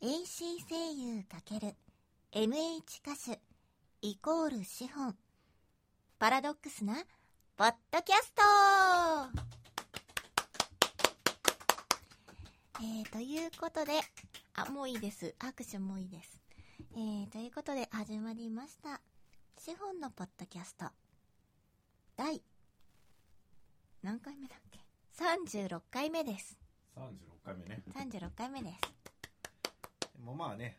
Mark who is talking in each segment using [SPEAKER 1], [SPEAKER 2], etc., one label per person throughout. [SPEAKER 1] AC 声優×MH 歌手イコール資本パラドックスなポッドキャストえー、ということで、あ、もういいです。拍手もういいです。えー、ということで始まりました。資本のポッドキャスト。第、何回目だっけ ?36 回目です。
[SPEAKER 2] 36回目ね
[SPEAKER 1] 36回目です。
[SPEAKER 2] でもまあね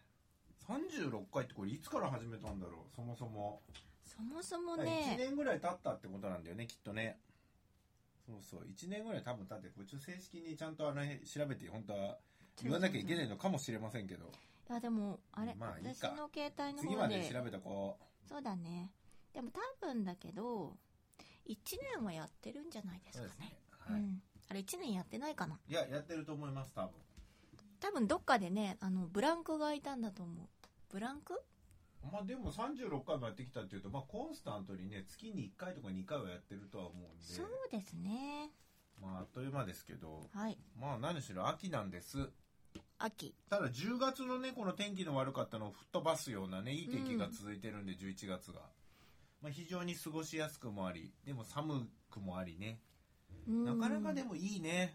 [SPEAKER 2] 36回ってこれいつから始めたんだろうそもそも、
[SPEAKER 1] そもそも
[SPEAKER 2] 1
[SPEAKER 1] ね、
[SPEAKER 2] 年ぐらい経ったってことなんだよねきっとねそうそう1年ぐらい多分経ってこれちょっと正式にちゃんとあの辺調べて本当は言わなきゃいけないいのかもしれませんけど
[SPEAKER 1] や、でも、あれ、
[SPEAKER 2] まあいい
[SPEAKER 1] 私
[SPEAKER 2] か
[SPEAKER 1] の携帯の
[SPEAKER 2] 次
[SPEAKER 1] 方
[SPEAKER 2] ま
[SPEAKER 1] で、
[SPEAKER 2] で調べとこ
[SPEAKER 1] そうだね。でも多分だけど、1年はやってるんじゃないで
[SPEAKER 2] う
[SPEAKER 1] す
[SPEAKER 2] そう
[SPEAKER 1] か
[SPEAKER 2] です
[SPEAKER 1] ね
[SPEAKER 2] ね。、は
[SPEAKER 1] う
[SPEAKER 2] い
[SPEAKER 1] ん。あれ1年やってないかな。
[SPEAKER 2] いややってると思います多分
[SPEAKER 1] 多分どっかでね、あの、ブランクがいたんだと思う。ブランク
[SPEAKER 2] まあでも36回もやってきたっていうと、まあ、コンスタントにね月に1回とか2回はやってるとは思うんで
[SPEAKER 1] そうですね。
[SPEAKER 2] まああっという間ですけど
[SPEAKER 1] はい。
[SPEAKER 2] まあ何しろ秋なんです
[SPEAKER 1] 秋。
[SPEAKER 2] ただ10月のねこの天気の悪かったのを吹っ飛ばすようなねいい天気が続いてるんで、11月が、まあ、非常に過ごしやすくもありでも寒くもありねな
[SPEAKER 1] な
[SPEAKER 2] かなかで。もいいね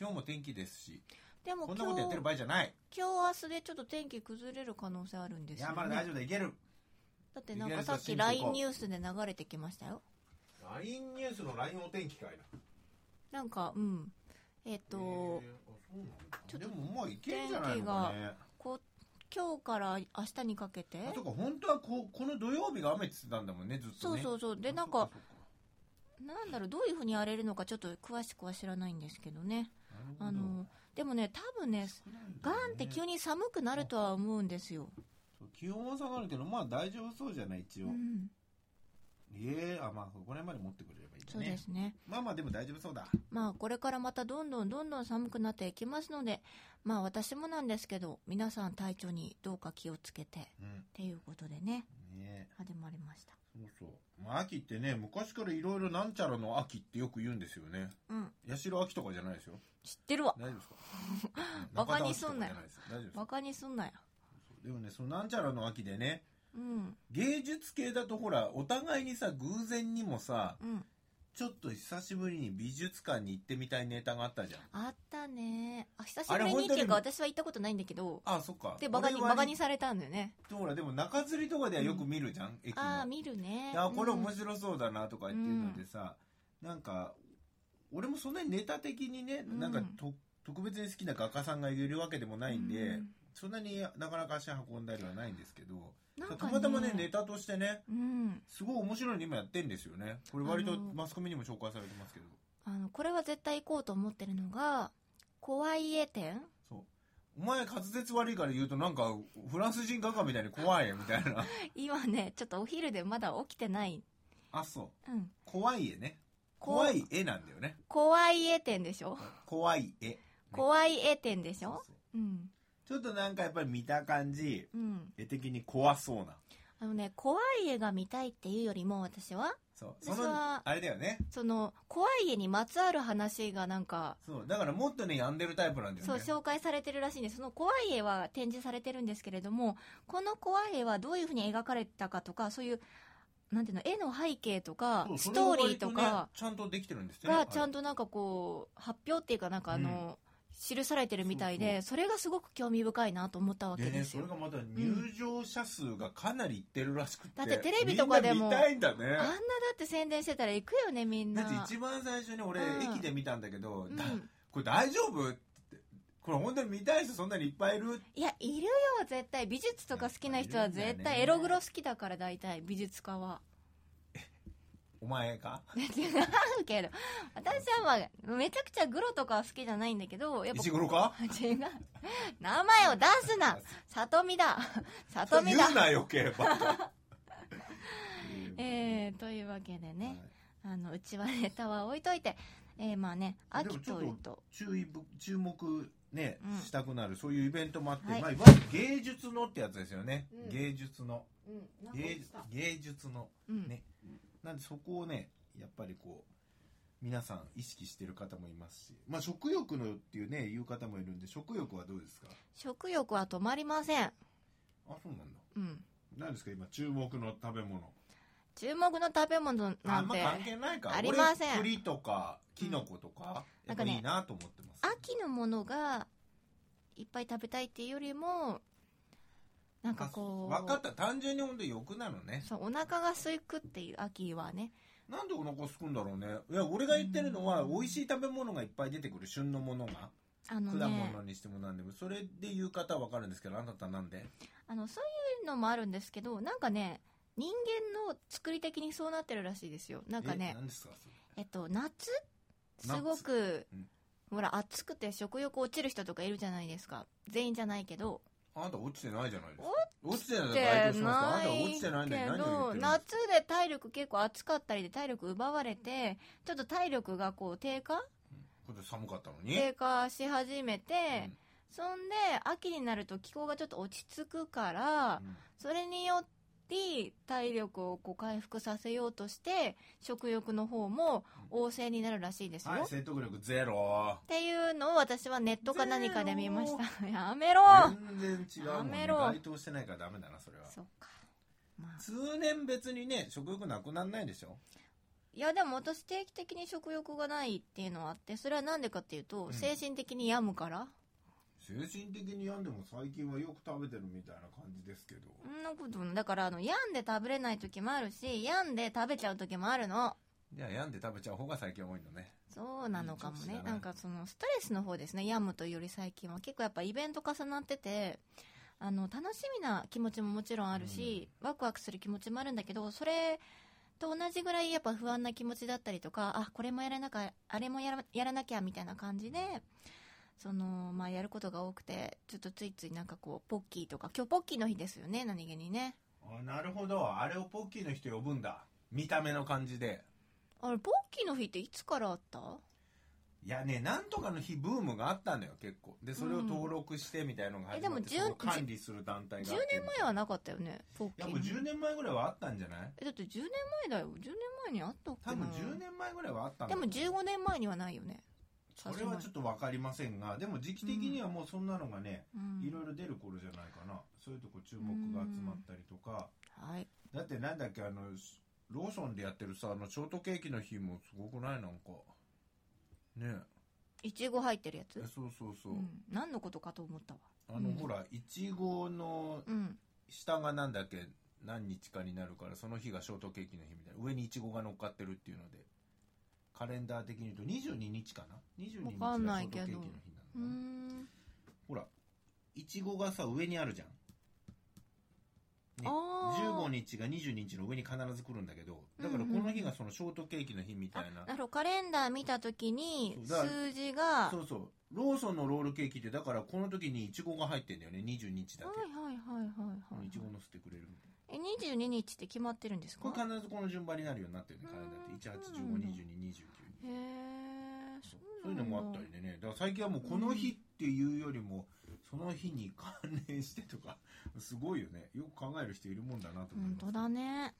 [SPEAKER 2] 今日も天気ですし
[SPEAKER 1] でも
[SPEAKER 2] こんな
[SPEAKER 1] 今
[SPEAKER 2] こ
[SPEAKER 1] 日、
[SPEAKER 2] とやっ
[SPEAKER 1] 今
[SPEAKER 2] てる場合じゃない
[SPEAKER 1] 日明日でちょっと天気崩れる可能性あるんで
[SPEAKER 2] い
[SPEAKER 1] すよ、
[SPEAKER 2] や
[SPEAKER 1] ね。
[SPEAKER 2] まだ大丈夫だいける
[SPEAKER 1] だってなんかさっき
[SPEAKER 2] いけるやつは信じていこ
[SPEAKER 1] LINE
[SPEAKER 2] う
[SPEAKER 1] ニュースで流れてきましたよ。
[SPEAKER 2] LINE ニュースの LINE お天気かいな
[SPEAKER 1] なんか、うん。えっ、と、
[SPEAKER 2] えーあそう
[SPEAKER 1] ちょっと
[SPEAKER 2] なんだでももういけるんじゃないのかね
[SPEAKER 1] こ今日から明日にかけて
[SPEAKER 2] あとか本当はここの土曜日が雨って言ってたんだもんねずっと
[SPEAKER 1] そう
[SPEAKER 2] ね
[SPEAKER 1] そうそうで
[SPEAKER 2] あ
[SPEAKER 1] なんか
[SPEAKER 2] そっそっ
[SPEAKER 1] なんだろうどういうふうに荒れるのかちょっと詳しくは知らないんですけどね
[SPEAKER 2] な
[SPEAKER 1] あ
[SPEAKER 2] るほど
[SPEAKER 1] のでもね多分ね
[SPEAKER 2] 少ないんだよね
[SPEAKER 1] ガンって急に寒くなるとは思うんですよ、
[SPEAKER 2] そう気温は下がるけどまあ大丈夫そうじゃない一応、
[SPEAKER 1] うん、
[SPEAKER 2] ええあまあここら辺まで持ってくれればいいんだ
[SPEAKER 1] そう
[SPEAKER 2] ね
[SPEAKER 1] ですね
[SPEAKER 2] まあまあでも大丈夫そうだ
[SPEAKER 1] まあこれからまたどんどんどんどん寒くなっていきますのでまあ私もなんですけど皆さん体調にどうか気をつけてっ
[SPEAKER 2] うん
[SPEAKER 1] ていうことでね
[SPEAKER 2] ねえ
[SPEAKER 1] 始まりました
[SPEAKER 2] そうそうまあ秋ってね昔からいろいろなんちゃらの秋ってよく言うんですよね
[SPEAKER 1] うん
[SPEAKER 2] 八代秋とかじゃないですよ
[SPEAKER 1] 知ってるわ
[SPEAKER 2] 大丈夫ですか
[SPEAKER 1] バカにすんなよ
[SPEAKER 2] 中田秋とかじゃないですよ大丈夫です
[SPEAKER 1] バカにすんなよ
[SPEAKER 2] でもねそのなんちゃらの秋でね
[SPEAKER 1] うん
[SPEAKER 2] 芸術系だとほらお互いにさ偶然にもさ
[SPEAKER 1] うん
[SPEAKER 2] ちょっと久しぶりに美術館に行ってみたいネタがあったじゃん
[SPEAKER 1] あったねあ久しぶりにっていうか
[SPEAKER 2] あれ本当
[SPEAKER 1] 私は行ったことないんだけど
[SPEAKER 2] あそっか
[SPEAKER 1] でバカに
[SPEAKER 2] 俺は
[SPEAKER 1] バカにされたんだよね
[SPEAKER 2] ほらでも中吊りとかではよく見るじゃん、駅の
[SPEAKER 1] ああ見るね
[SPEAKER 2] いやこれ面
[SPEAKER 1] い、
[SPEAKER 2] 白そうだなとか言ってるのでさ、なんか俺もそんなにネタ的にね、
[SPEAKER 1] うん
[SPEAKER 2] なんかと特別に好きな画家さんがいるわけでもないんで、
[SPEAKER 1] うん
[SPEAKER 2] そんなになかなか足運んだりはないんですけど、
[SPEAKER 1] うんなん
[SPEAKER 2] た
[SPEAKER 1] か
[SPEAKER 2] またまねネタとしてね
[SPEAKER 1] うん
[SPEAKER 2] すごい面白いの今やってんですよねこれ割
[SPEAKER 1] あ
[SPEAKER 2] と
[SPEAKER 1] の
[SPEAKER 2] マスコミにも紹介されてますけど
[SPEAKER 1] あのこれは絶対行こうと思ってるのが怖い絵展
[SPEAKER 2] そうお前滑舌悪いから言うとなんかフランス人画家みたいに怖いみたい な
[SPEAKER 1] 今ねちょっとお昼でまだ起きてない、
[SPEAKER 2] あそう
[SPEAKER 1] うん、
[SPEAKER 2] 怖い絵ね
[SPEAKER 1] こ
[SPEAKER 2] 怖い絵なんだよね
[SPEAKER 1] 怖い絵展でしょ
[SPEAKER 2] 怖い絵
[SPEAKER 1] 怖い絵展でし
[SPEAKER 2] そう
[SPEAKER 1] ょ
[SPEAKER 2] そう
[SPEAKER 1] うん
[SPEAKER 2] ちょっとなんかやっぱり見た感じ、
[SPEAKER 1] うん
[SPEAKER 2] 絵的に怖そうな。
[SPEAKER 1] あのね怖い絵が見たいっていうよりも私は
[SPEAKER 2] そう。
[SPEAKER 1] 私
[SPEAKER 2] そ
[SPEAKER 1] は
[SPEAKER 2] の、あれだよね。
[SPEAKER 1] その怖い絵にまつわる話がなんか
[SPEAKER 2] そう。だからもっとね、病んでるタイプなんだよ
[SPEAKER 1] そう
[SPEAKER 2] ね。
[SPEAKER 1] 紹介されてるらしいんですその怖い絵は展示されてるんですけれどもこの怖い絵はどういうふうに描かれたかとかそういうなんていうの絵の背景とか
[SPEAKER 2] そう
[SPEAKER 1] ス
[SPEAKER 2] それが
[SPEAKER 1] トー
[SPEAKER 2] 割
[SPEAKER 1] リーとか
[SPEAKER 2] ねちゃんとできてるんですよね。
[SPEAKER 1] がちゃん
[SPEAKER 2] と。
[SPEAKER 1] となんかこう発表っていうかなんかあの、記されてるみたいでそれがすごく興味深いなと思ったわけ
[SPEAKER 2] で
[SPEAKER 1] で
[SPEAKER 2] ね、
[SPEAKER 1] す
[SPEAKER 2] そ
[SPEAKER 1] よ、
[SPEAKER 2] れがまた入場者数がかなりいってるらしくて。
[SPEAKER 1] だってテレビとかでも
[SPEAKER 2] みんな見たいんだ
[SPEAKER 1] あんなだ
[SPEAKER 2] ね。
[SPEAKER 1] って宣伝してたら行くよねみんな
[SPEAKER 2] だって一番最初に俺
[SPEAKER 1] うん、
[SPEAKER 2] 駅で見たんだけど、だ
[SPEAKER 1] うん、
[SPEAKER 2] これ大丈夫って。これ本当に見たい人そんなにいっぱいいる
[SPEAKER 1] いやいるよ絶対美術とか好きな人は絶
[SPEAKER 2] いるんだよ
[SPEAKER 1] 対
[SPEAKER 2] ね
[SPEAKER 1] エログロ好きだから大体美術家は
[SPEAKER 2] お前か
[SPEAKER 1] 違うけど私はまあめちゃくちゃグロとかは好きじゃないんだけどやっ
[SPEAKER 2] 石黒か
[SPEAKER 1] ぱ違う名前を出す な里見だ里見だ
[SPEAKER 2] 言うなよ、けば。
[SPEAKER 1] えー、というわけで
[SPEAKER 2] え
[SPEAKER 1] ね、あのうちはネタは置いといてえー、まあね
[SPEAKER 2] でも
[SPEAKER 1] 秋というと
[SPEAKER 2] 注意ぶ注目ね、
[SPEAKER 1] うん
[SPEAKER 2] したくなるそういうイベントもあって、
[SPEAKER 1] はい
[SPEAKER 2] いまあ、いわゆる芸術のってやつですよね、
[SPEAKER 1] うん
[SPEAKER 2] 芸術の
[SPEAKER 1] うん
[SPEAKER 2] 芸芸術の
[SPEAKER 1] うん
[SPEAKER 2] ねなんでそこをねやっぱりこう皆さん意識してる方もいますし、まあ、食欲のっていうね言う方もいるんで食欲はどうですか
[SPEAKER 1] 食欲は止まりません。
[SPEAKER 2] あそうなんだ
[SPEAKER 1] うん。
[SPEAKER 2] 何ですか今注目の食べ物
[SPEAKER 1] 注目の食べ物
[SPEAKER 2] あ
[SPEAKER 1] なんん
[SPEAKER 2] ま
[SPEAKER 1] て、
[SPEAKER 2] 関係ないか
[SPEAKER 1] ありません
[SPEAKER 2] 俺栗とかキノコとか、
[SPEAKER 1] うんなん
[SPEAKER 2] や
[SPEAKER 1] か
[SPEAKER 2] っぱ
[SPEAKER 1] ね
[SPEAKER 2] いいなと思ってます、
[SPEAKER 1] 秋のものがいっぱい食べたいっていうよりも、なんかこう、
[SPEAKER 2] 分かった単純にほんで欲なのね
[SPEAKER 1] そうお腹が空くっていう秋はね。
[SPEAKER 2] なんでお腹すくんだろうねいや俺が言ってるのは美味しい食べ物がいっぱい出てくる旬のものが
[SPEAKER 1] あの
[SPEAKER 2] 果
[SPEAKER 1] ね、
[SPEAKER 2] 物にしても何でもそれで言う方は分かるんですけどあなたなんで
[SPEAKER 1] あの、そういうのもあるんですけど、なんかね、人間の作り的にそうなってるらしいですよ。なんか
[SPEAKER 2] え
[SPEAKER 1] ね、
[SPEAKER 2] 何ですかそれ
[SPEAKER 1] えっと、夏す
[SPEAKER 2] 夏
[SPEAKER 1] ごく
[SPEAKER 2] うん、
[SPEAKER 1] ほら、暑くて食欲落ちる人とかいるじゃないですか。全員じゃないけど。
[SPEAKER 2] あなた落ちてないじゃないですか落ちてない
[SPEAKER 1] っ
[SPEAKER 2] だ
[SPEAKER 1] て
[SPEAKER 2] から
[SPEAKER 1] な
[SPEAKER 2] 該当しますかあないた落ちてないんだよ
[SPEAKER 1] け
[SPEAKER 2] 何を言っ
[SPEAKER 1] ど
[SPEAKER 2] てるんですか
[SPEAKER 1] 夏で体力結構暑かったりで体力奪われてちょっと体力がこう低下
[SPEAKER 2] これ寒かったのに
[SPEAKER 1] 低下し始めて、
[SPEAKER 2] うん
[SPEAKER 1] そんで秋になると気候がちょっと落ち着くからそれによって体力をこう回復させようとして食欲の方も旺盛になるらしいですよ、
[SPEAKER 2] はい
[SPEAKER 1] っ
[SPEAKER 2] 説得力ゼロ
[SPEAKER 1] ていうのを私はネットか何かで見ました やめろ
[SPEAKER 2] 全然違うもんね
[SPEAKER 1] やめろ
[SPEAKER 2] 該当してないからダメだなそれは
[SPEAKER 1] そうかまあ
[SPEAKER 2] 通年別にね食欲なくなんないでしょ
[SPEAKER 1] いやでも私定期的に食欲がないっていうのはあってそれはなんでかっていうと、
[SPEAKER 2] うん
[SPEAKER 1] 精神的に病むから
[SPEAKER 2] 精神的に病んでも最近はよく食べてるみたいな感じですけど
[SPEAKER 1] そんなことないだからあの病んで食べれない時もあるし病んで食べちゃう時もあるの
[SPEAKER 2] じゃあ病んで食べちゃう方が最近多いのね
[SPEAKER 1] そうなのかも
[SPEAKER 2] うんそう
[SPEAKER 1] ね
[SPEAKER 2] だね
[SPEAKER 1] なんかそのストレスの方ですね病むというより最近は結構やっぱイベント重なっててあの楽しみな気持ちももちろんあるし、ワクワクする気持ちもあるんだけどそれと同じぐらいやっぱ不安な気持ちだったりとかあこれもやらなきゃあれもやらやらなきゃみたいな感じでそのまあやることが多くてちょっとついついなんかこうポッキーとか今日ポッキーの日ですよね何気にね
[SPEAKER 2] あなるほどあれをポッキーの人呼ぶんだ見た目の感じで
[SPEAKER 1] あれポッキーの日っていつからあった
[SPEAKER 2] いやねなんとかの日ブームがあったんだよ結構でそれを登録してみたいのが始まっ
[SPEAKER 1] うんえ
[SPEAKER 2] て、
[SPEAKER 1] でも
[SPEAKER 2] その管理する団体
[SPEAKER 1] 10
[SPEAKER 2] があって
[SPEAKER 1] 年前はなかったよねポッ
[SPEAKER 2] い
[SPEAKER 1] キ
[SPEAKER 2] や
[SPEAKER 1] ー
[SPEAKER 2] もう
[SPEAKER 1] の日
[SPEAKER 2] 10年前ぐらいはあったんじゃない
[SPEAKER 1] えだって10年前だよ10年前にあったっけ
[SPEAKER 2] 多
[SPEAKER 1] な
[SPEAKER 2] 分10年前ぐらいはあったん
[SPEAKER 1] で
[SPEAKER 2] だ
[SPEAKER 1] も15年前にはないよね
[SPEAKER 2] それはちょっと分かりませんがでも時期的にはもうそんなのがね、
[SPEAKER 1] うん
[SPEAKER 2] いろいろ出る頃じゃないかなそういうとこ注目が集まったりとか、
[SPEAKER 1] はい
[SPEAKER 2] だってなんだっけあのローソンでやってるさあのショートケーキの日もすごくないなんかね
[SPEAKER 1] いちご入ってるや
[SPEAKER 2] え
[SPEAKER 1] つ
[SPEAKER 2] えそうそうそう、
[SPEAKER 1] うん何のことかと思ったわ
[SPEAKER 2] あの、
[SPEAKER 1] うん
[SPEAKER 2] ほらいちごの
[SPEAKER 1] うん
[SPEAKER 2] 下がなんだっけ何日かになるからその日がショートケーキの日みたいな上にイチゴが乗っかってるっていうのでカレンダー的に言うと22日かな22日が
[SPEAKER 1] わかん
[SPEAKER 2] ショー
[SPEAKER 1] な
[SPEAKER 2] ト
[SPEAKER 1] い
[SPEAKER 2] ケ
[SPEAKER 1] けど
[SPEAKER 2] ーキの日
[SPEAKER 1] うー
[SPEAKER 2] なのかなんほらイチゴがさ上にあるじゃんね
[SPEAKER 1] あ
[SPEAKER 2] 15
[SPEAKER 1] ー
[SPEAKER 2] 日が22日の上に必ず来るんだけどだからこの日がそのショートケーキの日みたいな、
[SPEAKER 1] なるほどカレンダー見た時に
[SPEAKER 2] そうだから
[SPEAKER 1] 数字がは
[SPEAKER 2] そうそうローソンのロールケーキってだからこの時にイチゴが入ってんだよね22日
[SPEAKER 1] い
[SPEAKER 2] だ
[SPEAKER 1] は
[SPEAKER 2] け
[SPEAKER 1] いはいはい
[SPEAKER 2] こ
[SPEAKER 1] は
[SPEAKER 2] の
[SPEAKER 1] い
[SPEAKER 2] イチゴ乗せてくれるみたいな
[SPEAKER 1] え22日って決まってるんですか
[SPEAKER 2] これ必ずこの順番になるようになってるね
[SPEAKER 1] うん
[SPEAKER 2] カレンダーって
[SPEAKER 1] そうなんだ
[SPEAKER 2] 18152229
[SPEAKER 1] へえ
[SPEAKER 2] そういうのもあったりでねだから最近はもうこの日っていうよりもその日に関連してとか すごいよねよく考える人いるもんだなと思い
[SPEAKER 1] 本
[SPEAKER 2] ます
[SPEAKER 1] 当だね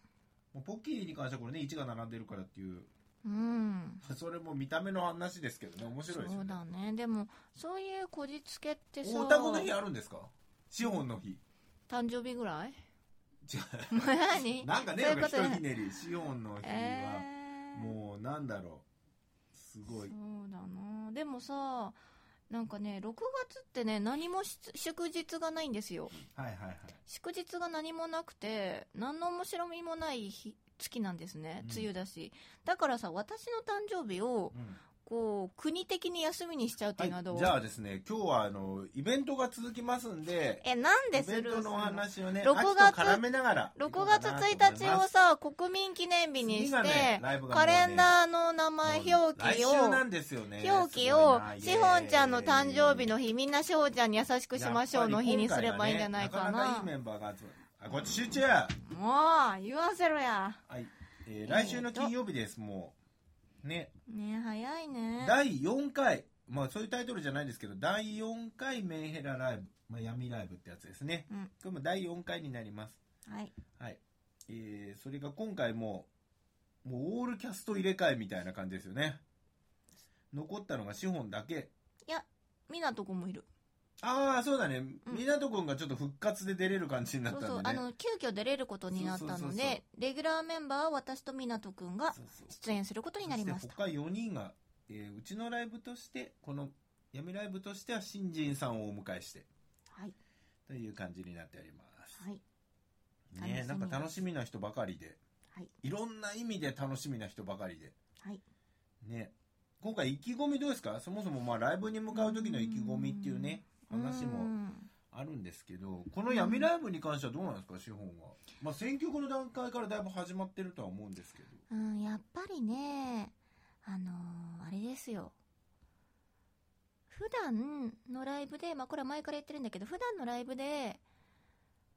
[SPEAKER 2] もうポッキーに関してはこれね1が並んでるからっていう
[SPEAKER 1] うん
[SPEAKER 2] それも見た目の話ですけどね面白いです
[SPEAKER 1] そ
[SPEAKER 2] よ
[SPEAKER 1] う
[SPEAKER 2] ね
[SPEAKER 1] だねでもそういうこじつけってさ
[SPEAKER 2] 大田区の日あるんですか資本の日
[SPEAKER 1] 誕生日ぐ らい
[SPEAKER 2] 違
[SPEAKER 1] 何
[SPEAKER 2] うなんかね
[SPEAKER 1] そう
[SPEAKER 2] ないん
[SPEAKER 1] う
[SPEAKER 2] か
[SPEAKER 1] こと
[SPEAKER 2] ひと
[SPEAKER 1] ね
[SPEAKER 2] ひねり資本の日はもうなんだろうす
[SPEAKER 1] えー
[SPEAKER 2] ごい
[SPEAKER 1] そうだなでもさなんかね6月ってね何もし祝日がないんですよ
[SPEAKER 2] はいはいはい
[SPEAKER 1] 祝日が何もなくて何の面白みもない日月なんですね
[SPEAKER 2] うん
[SPEAKER 1] 梅雨だし、だからさ私の誕生日を
[SPEAKER 2] うん
[SPEAKER 1] こう国的に休みにしちゃうっていうのはどう、
[SPEAKER 2] はい、じゃあですね今日はあのイベントが続きますんで
[SPEAKER 1] えなんで
[SPEAKER 2] イ
[SPEAKER 1] す
[SPEAKER 2] ベン
[SPEAKER 1] る
[SPEAKER 2] トのお話をね
[SPEAKER 1] 6
[SPEAKER 2] 秋と絡めながら
[SPEAKER 1] 6月1日をさ国民記念日に
[SPEAKER 2] 次
[SPEAKER 1] して、
[SPEAKER 2] がねライブがも
[SPEAKER 1] カ
[SPEAKER 2] うね
[SPEAKER 1] レンダーの名前表記
[SPEAKER 2] もう来週
[SPEAKER 1] を
[SPEAKER 2] なんですよね
[SPEAKER 1] 表記を
[SPEAKER 2] すご
[SPEAKER 1] し
[SPEAKER 2] いな
[SPEAKER 1] ほんちゃんの誕生日の
[SPEAKER 2] イエ
[SPEAKER 1] 日みんなしほんちゃんに優し
[SPEAKER 2] ー
[SPEAKER 1] く
[SPEAKER 2] イ
[SPEAKER 1] しましょうの日にすればいいんじゃないかな
[SPEAKER 2] やっぱり今回はねなかなかいいメンバーが集まるあこっち集中や
[SPEAKER 1] もう言わせろや
[SPEAKER 2] はい、えー来週の金曜日です、もう。ね、
[SPEAKER 1] ね早いね
[SPEAKER 2] 第4回、まあそういうタイトルじゃないんですけど、第4回メンヘラライブ、まあ闇ライブってやつですね。
[SPEAKER 1] うん
[SPEAKER 2] これも第4回になります。
[SPEAKER 1] はい
[SPEAKER 2] はい。えーそれが今回もう、もうオールキャスト入れ替えみたいな感じですよね。残ったのが資本だけ。
[SPEAKER 1] みなとこもいる。
[SPEAKER 2] ああ、そうだね。
[SPEAKER 1] うん
[SPEAKER 2] みなとくんがちょっと復活で出れる感じになっ
[SPEAKER 1] そう
[SPEAKER 2] た
[SPEAKER 1] そう、
[SPEAKER 2] ん
[SPEAKER 1] あ
[SPEAKER 2] だね。
[SPEAKER 1] の、急遽出れることになった
[SPEAKER 2] そうそ
[SPEAKER 1] の
[SPEAKER 2] うそうそう
[SPEAKER 1] で、レギュラーメンバーは私とみなとくんが
[SPEAKER 2] そうそう
[SPEAKER 1] 出演することになりまし
[SPEAKER 2] そして
[SPEAKER 1] た。
[SPEAKER 2] 他4人が、えーうちのライブとして、この闇ライブとしては新人さんをお迎えして、
[SPEAKER 1] はい。
[SPEAKER 2] という感じになっております。
[SPEAKER 1] はい。
[SPEAKER 2] ねえ、
[SPEAKER 1] 楽しみ
[SPEAKER 2] なんか楽しみな人ばかりで、
[SPEAKER 1] はい。
[SPEAKER 2] いろんな意味で楽しみな人ばかりで、
[SPEAKER 1] はい。
[SPEAKER 2] ね今回意気込みどうですかそもそもまあライブに向かう時の意気込みっていうね、話
[SPEAKER 1] う
[SPEAKER 2] も
[SPEAKER 1] ん
[SPEAKER 2] あるんですけど、この闇ライブに関してはどうなんですか資本は。まあ選曲の段階からだいぶ始まってるとは思うんですけど。
[SPEAKER 1] うん、やっぱりね、あのーあれですよ。普段のライブで、まあこれは前から言ってるんだけど、普段のライブで、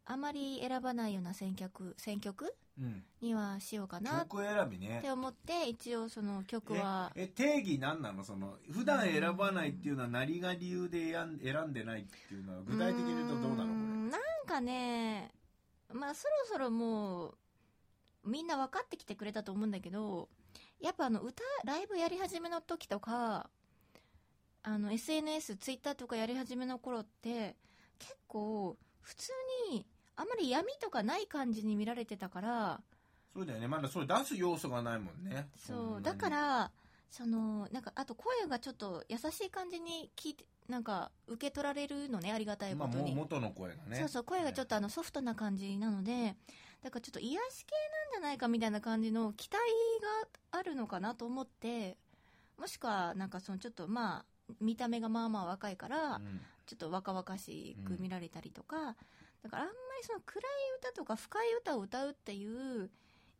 [SPEAKER 1] あまり選ばないような選曲、選曲
[SPEAKER 2] うん。
[SPEAKER 1] にはしようかなっ
[SPEAKER 2] 曲選びね
[SPEAKER 1] て。思って、一応その曲は、
[SPEAKER 2] え、定義何なのその、普段選ばないっていうのは何が理由でやん選んでないっていうのは、具体的に言うとどうな
[SPEAKER 1] ー
[SPEAKER 2] のこ
[SPEAKER 1] んなんかね、まあそろそろもう、みんな分かってきてくれたと思うんだけど、やっぱあの歌、ライブやり始めの時とか、あの SNS、ツイッターとかやり始めの頃って、結構普通にあまり闇とかない感じに見られてたから、
[SPEAKER 2] れ。そうだよね。まだそれ出す要素がないもんね。ん
[SPEAKER 1] そ
[SPEAKER 2] な
[SPEAKER 1] う、
[SPEAKER 2] に
[SPEAKER 1] だか、ら、その、なんか、あと声がちょっと優しい感じに聞いて、なんか、受け取られるのね、ありがたい
[SPEAKER 2] ま
[SPEAKER 1] こ
[SPEAKER 2] あ、
[SPEAKER 1] と
[SPEAKER 2] も
[SPEAKER 1] に。
[SPEAKER 2] 元の声がね。
[SPEAKER 1] そうそう、声がちょっとあ
[SPEAKER 2] の、
[SPEAKER 1] のソフトな感じなので、だからちょっと癒し系なんじゃないかみたいな感じの期待があるのかなと思って、もしくはなんかそのちょっとまあ、見た目がまあまあ若いから
[SPEAKER 2] う、ん
[SPEAKER 1] ちょっと若々しく見られたりとか、だからあんまりその暗い歌とか深い歌を歌うっていう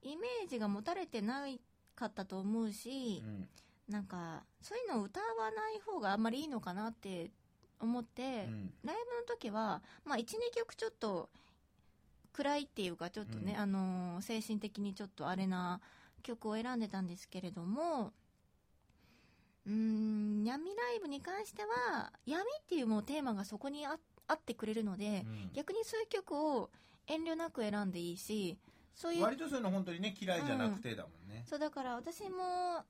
[SPEAKER 1] イメージが持たれてないかったと思うし
[SPEAKER 2] う、ん。
[SPEAKER 1] なんかそういうのを歌わない方があんまりいいのかなって思って、
[SPEAKER 2] うん
[SPEAKER 1] ライブの時は、まあ、12曲ちょっと暗いっていうかちょっとね、
[SPEAKER 2] うん
[SPEAKER 1] あのー精神的にちょっとあれな曲を選んでたんですけれどもうーん闇ライブに関しては闇っていうもうテーマがそこにああってくれるので、
[SPEAKER 2] うん
[SPEAKER 1] 逆にそういう曲を遠慮なく選んでいいしそういう
[SPEAKER 2] 割とそういうの本当にね嫌いじゃなくてだもんね、
[SPEAKER 1] そうだから私も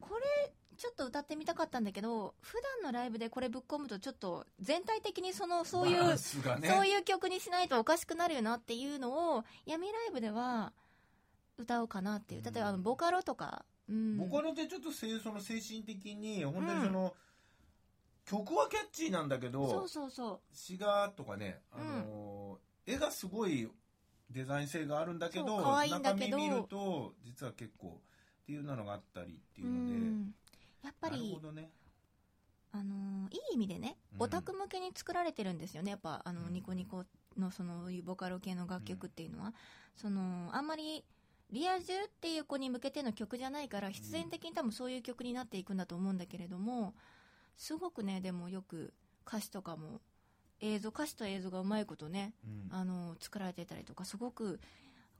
[SPEAKER 1] これちょっと歌ってみたかったんだけど普段のライブでこれぶっ込むとちょっと全体的にそのそういう、
[SPEAKER 2] バランスがね
[SPEAKER 1] そういう曲にしないとおかしくなるよなっていうのを闇ライブでは歌おうかなっていう例えばあの
[SPEAKER 2] うん
[SPEAKER 1] ボカロとか、うん、
[SPEAKER 2] 僕はねちょっとせいその精神的に本当にその、曲はキャッチーなんだけど
[SPEAKER 1] そうそうそう
[SPEAKER 2] 詩がとかね、あのー絵がすごいデザイン性があるんだけ
[SPEAKER 1] そ
[SPEAKER 2] ど
[SPEAKER 1] う可愛いんだけど
[SPEAKER 2] 中身見ると実は結構っていうのがあったりっていう
[SPEAKER 1] う
[SPEAKER 2] ので、
[SPEAKER 1] ん、やっぱ
[SPEAKER 2] なる
[SPEAKER 1] り
[SPEAKER 2] ほ、どね
[SPEAKER 1] あのーいい意味でね
[SPEAKER 2] うん
[SPEAKER 1] オタク向けに作られてるんですよねやっぱあの、
[SPEAKER 2] うん
[SPEAKER 1] ニコニコのそのいうボカロ系の楽曲っていうのは、そのあんまりリア充っていう子に向けての曲じゃないから必然的に多分そういう曲になっていくんだと思うんだけれどもすごくねでもよく歌詞とかも映像歌詞と映像がうまいことね
[SPEAKER 2] うん
[SPEAKER 1] あの作られてたりとかすごく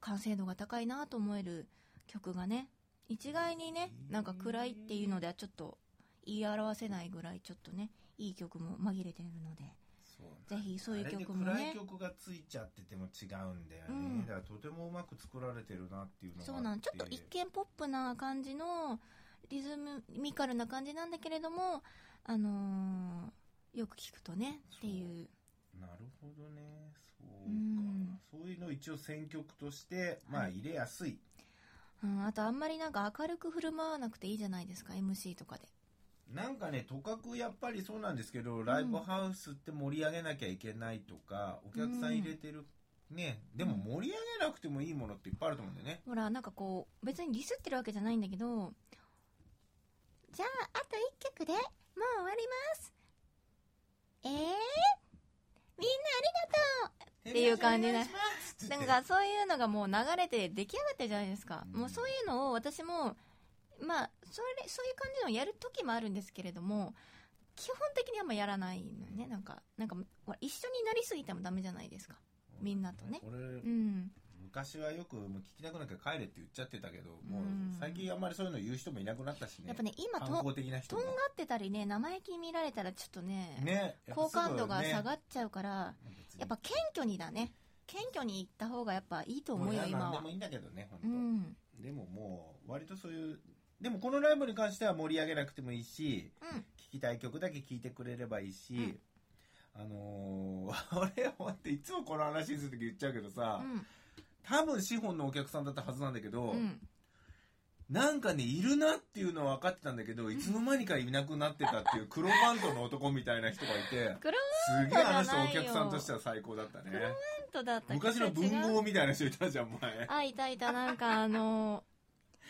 [SPEAKER 1] 完成度が高いなと思える曲がね一概にねなんか暗いっていうのではちょっと言い表せないぐらいちょっとねいい曲も紛れてるので
[SPEAKER 2] そうなんだ
[SPEAKER 1] ぜひそういう曲も
[SPEAKER 2] あれで暗
[SPEAKER 1] ね
[SPEAKER 2] い曲がついちゃってても違うんだよね、
[SPEAKER 1] うん
[SPEAKER 2] だからとてもうまく作られてるなっていうのがあって
[SPEAKER 1] そうなんちょっと一見ポップな感じのリズミカルな感じなんだけれどもあのーよく聞くとねっていう
[SPEAKER 2] なるほどね。そうか。
[SPEAKER 1] うん
[SPEAKER 2] そういうのを一応選曲として、まあ
[SPEAKER 1] はい
[SPEAKER 2] 入れやすい。
[SPEAKER 1] うんあとあんまりなんか明るく振る舞わなくていいじゃないですか MC とかで
[SPEAKER 2] なんかね、とかくやっぱりそうなんですけど、ライブハウスって盛り上げなきゃいけないとか、お客さん入れてる、ね、でも盛り上げなくてもいいものっていっぱいあると思うんだよね。
[SPEAKER 1] ほらなんかこう別にディスってるわけじゃないんだけどじゃああと1曲でもう終わりますえー、みんなあっていう感じね
[SPEAKER 2] お願いします
[SPEAKER 1] りがとうなんかそういうのがもう流れて出来上がってるじゃないですか、
[SPEAKER 2] うん
[SPEAKER 1] もうそういうのを私もまあそれそういう感じのをやる時もあるんですけれども基本的にはあんまやらないのよねなんかなんかほら一緒になりすぎてもダメじゃないですかみんなとね
[SPEAKER 2] 俺、
[SPEAKER 1] うん
[SPEAKER 2] 昔はよくもう聞きたくなきゃ帰れって言っちゃってたけど、もう
[SPEAKER 1] うん
[SPEAKER 2] 最近あんまりそういうの言う人もいなくなったしね。
[SPEAKER 1] やっぱね今と
[SPEAKER 2] 反抗的な人
[SPEAKER 1] とん
[SPEAKER 2] も
[SPEAKER 1] が。ってたりね生意気に見られたらちょっとね
[SPEAKER 2] ね。やっぱ
[SPEAKER 1] 好
[SPEAKER 2] すぐ
[SPEAKER 1] 感度が
[SPEAKER 2] ね
[SPEAKER 1] 下がっちゃうから、
[SPEAKER 2] 別に
[SPEAKER 1] やっぱ謙虚にだね。謙虚に行った方がやっぱいいと思うよ、
[SPEAKER 2] もう
[SPEAKER 1] 今
[SPEAKER 2] 何で
[SPEAKER 1] は
[SPEAKER 2] も。いいんだけどね、
[SPEAKER 1] う
[SPEAKER 2] 本
[SPEAKER 1] ん。
[SPEAKER 2] 当。でももう、割とそういう、でもこのライブに関しては盛り上げなくてもいいし、
[SPEAKER 1] うん
[SPEAKER 2] 聴きたい曲だけ聴いてくれればいいし、
[SPEAKER 1] うん
[SPEAKER 2] あのー、 俺、待って、いつもこの話するとき言っちゃうけどさ、
[SPEAKER 1] うん
[SPEAKER 2] 多分資本のお客さんだったはずなんだけど、
[SPEAKER 1] うん
[SPEAKER 2] なんかね、いるなっていうのは分かってたんだけど、いつの間にかいなくなってたっていう黒バンドの男みたいな人がいて、
[SPEAKER 1] 黒
[SPEAKER 2] すげえあの
[SPEAKER 1] 黒バンド
[SPEAKER 2] 人
[SPEAKER 1] じゃな
[SPEAKER 2] お
[SPEAKER 1] いよ
[SPEAKER 2] 客さんとしては最高だったね。
[SPEAKER 1] ントだった
[SPEAKER 2] 昔の文豪みたいな人いたじゃん、前。
[SPEAKER 1] あいたいたなんかあの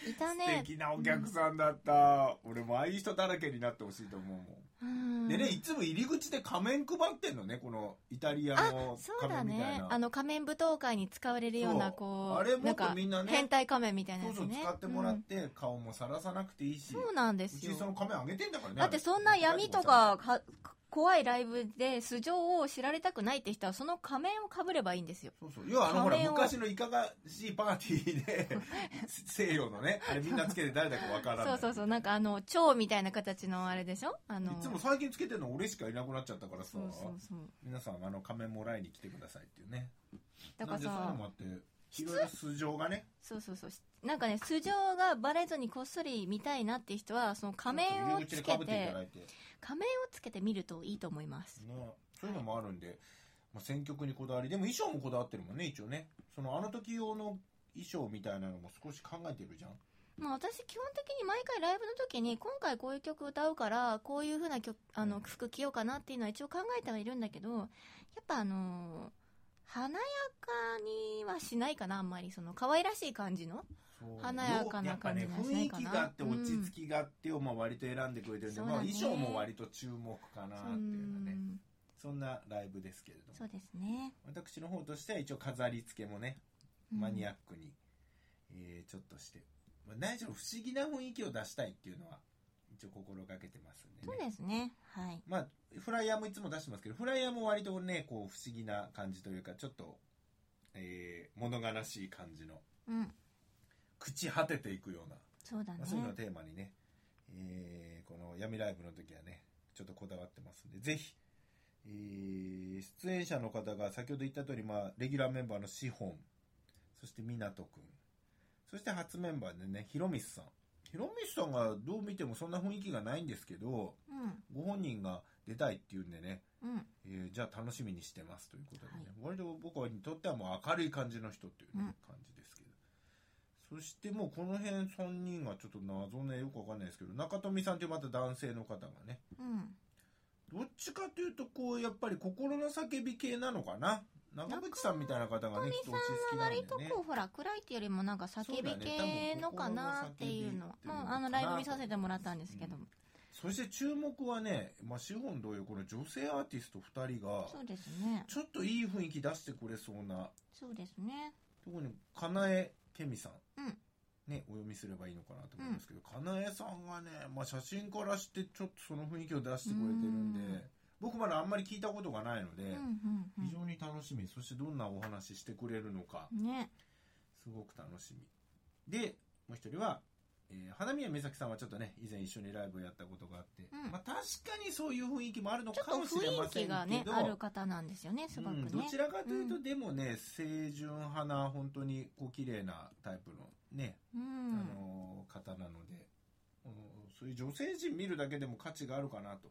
[SPEAKER 1] いた
[SPEAKER 2] 素
[SPEAKER 1] ね
[SPEAKER 2] 敵なお客さんだった。俺もああいう人だらけになってほしいと思うもん。
[SPEAKER 1] うん
[SPEAKER 2] でね、いつも入り口で仮面配ってんのね、このイタリアの
[SPEAKER 1] そうだ
[SPEAKER 2] 仮面みたい
[SPEAKER 1] ね
[SPEAKER 2] な。
[SPEAKER 1] あの仮面舞踏会に使われるような
[SPEAKER 2] そう
[SPEAKER 1] こう
[SPEAKER 2] あれも
[SPEAKER 1] な
[SPEAKER 2] っ
[SPEAKER 1] ん
[SPEAKER 2] と
[SPEAKER 1] か
[SPEAKER 2] みんなね
[SPEAKER 1] 変態仮面みたいな
[SPEAKER 2] そ
[SPEAKER 1] や
[SPEAKER 2] う
[SPEAKER 1] つ
[SPEAKER 2] そう、
[SPEAKER 1] ね
[SPEAKER 2] 使ってもらって、顔もさらさなくていいし、
[SPEAKER 1] うんそうなんで
[SPEAKER 2] う
[SPEAKER 1] す
[SPEAKER 2] ち
[SPEAKER 1] よ
[SPEAKER 2] その仮面あげてんだからね。
[SPEAKER 1] だってそんな闇とかは怖いライブで素性を知られたくないって人はその仮面をかぶればいいんですよ
[SPEAKER 2] そうそう。要はあのほら、
[SPEAKER 1] 仮面を
[SPEAKER 2] 昔のいかがしいパーティーで、 西洋 のね、あれみんなつけて誰だかわからない。
[SPEAKER 1] そうそうそうなんかあの蝶みたいな形のあれでしょあの
[SPEAKER 2] いつも最近つけてるの俺しかいなくなっちゃったからさ
[SPEAKER 1] そう、そうそう
[SPEAKER 2] 皆さんあの仮面もらいに来てくださいっていうね。
[SPEAKER 1] だから
[SPEAKER 2] なんでそういうの
[SPEAKER 1] さ
[SPEAKER 2] もあって、いろいろ素性がね、
[SPEAKER 1] そうそうそうなんかね素性がバレずにこっそり見たいなって人はその仮面を
[SPEAKER 2] 入り
[SPEAKER 1] つ
[SPEAKER 2] 口で
[SPEAKER 1] け
[SPEAKER 2] 被ってい
[SPEAKER 1] て
[SPEAKER 2] ただいて。ね、
[SPEAKER 1] 仮面をつけて見るといいと思います
[SPEAKER 2] そういうのもあるんで、まあ、選曲にこだわり、でも衣装もこだわってるもんね、一応ね。そのあの時用の衣装みたいなのも少し考えてるじゃん。
[SPEAKER 1] まあ私基本的に毎回ライブの時に今回こういう曲歌うからこういう風な曲あ
[SPEAKER 2] う
[SPEAKER 1] の
[SPEAKER 2] ん
[SPEAKER 1] 服着ようかなっていうのは一応考えてはいるんだけどやっぱあの華やかにはしないかなあんまりその可愛らしい感じの
[SPEAKER 2] そう
[SPEAKER 1] 華やかな感じ
[SPEAKER 2] やっ
[SPEAKER 1] が
[SPEAKER 2] ぱ
[SPEAKER 1] し
[SPEAKER 2] ね
[SPEAKER 1] な
[SPEAKER 2] 雰
[SPEAKER 1] い
[SPEAKER 2] 囲
[SPEAKER 1] か
[SPEAKER 2] 気
[SPEAKER 1] な
[SPEAKER 2] があって落ち着きがあってをまあ割と選んでくれてるんで、
[SPEAKER 1] そうだね
[SPEAKER 2] まあ、衣装も割と注目かな
[SPEAKER 1] そ
[SPEAKER 2] っていうのはね
[SPEAKER 1] ん
[SPEAKER 2] そんなライブですけれど
[SPEAKER 1] そう
[SPEAKER 2] も
[SPEAKER 1] ですね、
[SPEAKER 2] 私の方としては一応飾り付けもね
[SPEAKER 1] うん
[SPEAKER 2] マニアックに、えーちょっとして、まあ、何しろ不思議な雰囲気を出したいっていうのは一応心がけてますんで
[SPEAKER 1] そう
[SPEAKER 2] ね
[SPEAKER 1] ですねはい
[SPEAKER 2] まあフライヤーもいつも出してますけどフライヤーも割とねこう不思議な感じというかちょっと、えー物悲しい感じの
[SPEAKER 1] うん
[SPEAKER 2] 朽ち果てていくような
[SPEAKER 1] そうだね
[SPEAKER 2] まあ、そういうのをテーマにね、えーこの闇ライブの時はね、ちょっとこだわってますんで、ぜひ、えー出演者の方が先ほど言った通り、まあ、レギュラーメンバーのシホン、そして湊くん、そして初メンバーでね、ヒロミスさん。ヒロミスさんがどう見てもそんな雰囲気がないんですけど、ご本人が出たいっていうんでね、
[SPEAKER 1] うんうん
[SPEAKER 2] えーじゃあ楽しみにしてますということでね、割と僕にとってはもう明るい感じの人っていう
[SPEAKER 1] うん
[SPEAKER 2] ね、感じですけどそしてもうこの辺3人がちょっと謎ねよくわかんないですけど中富さんというまた男性の方がね
[SPEAKER 1] うん
[SPEAKER 2] どっちかというとこうやっぱり心の叫び系なのかな中渕さんみたいな方がねきっとお落ち着きなんだよ
[SPEAKER 1] 割
[SPEAKER 2] ね
[SPEAKER 1] とこうほら暗いっていうよりもなんか叫び系のかなっていうのは
[SPEAKER 2] そうだね多分心の叫びっていうのか
[SPEAKER 1] う
[SPEAKER 2] なん
[SPEAKER 1] あのライブ見させてもらったんですけども
[SPEAKER 2] そして注目はね、まあ、資本同様この女性アーティスト2人が
[SPEAKER 1] そうですね
[SPEAKER 2] ちょっといい雰囲気出してくれそうな
[SPEAKER 1] そうですね
[SPEAKER 2] 特にかなえけみさん、
[SPEAKER 1] うん
[SPEAKER 2] ね、お読みすればいいのかなと思いますけど、かなえさんがね、まあ、写真からしてちょっとその雰囲気を出してくれてるんで
[SPEAKER 1] うん
[SPEAKER 2] 僕まだあんまり聞いたことがないので、
[SPEAKER 1] うんうんうん
[SPEAKER 2] 非常に楽しみそしてどんなお話ししてくれるのか
[SPEAKER 1] ね
[SPEAKER 2] すごく楽しみでもう一人は、えー花宮美咲さんはちょっとね以前一緒にライブをやったことがあって、
[SPEAKER 1] うん
[SPEAKER 2] まあ、確かにそういう雰囲気もあるの
[SPEAKER 1] ちょっ
[SPEAKER 2] かもし
[SPEAKER 1] と
[SPEAKER 2] れ
[SPEAKER 1] 雰
[SPEAKER 2] ま
[SPEAKER 1] 囲
[SPEAKER 2] せ
[SPEAKER 1] 気
[SPEAKER 2] んけど
[SPEAKER 1] がねある方なんですよねすごくね
[SPEAKER 2] うん、どちらかというと、
[SPEAKER 1] うん
[SPEAKER 2] でもね清純派な本当にこう綺麗なタイプのね、
[SPEAKER 1] う
[SPEAKER 2] あ
[SPEAKER 1] ん
[SPEAKER 2] のー方なので、うんそういう女性陣見るだけでも価値があるかなと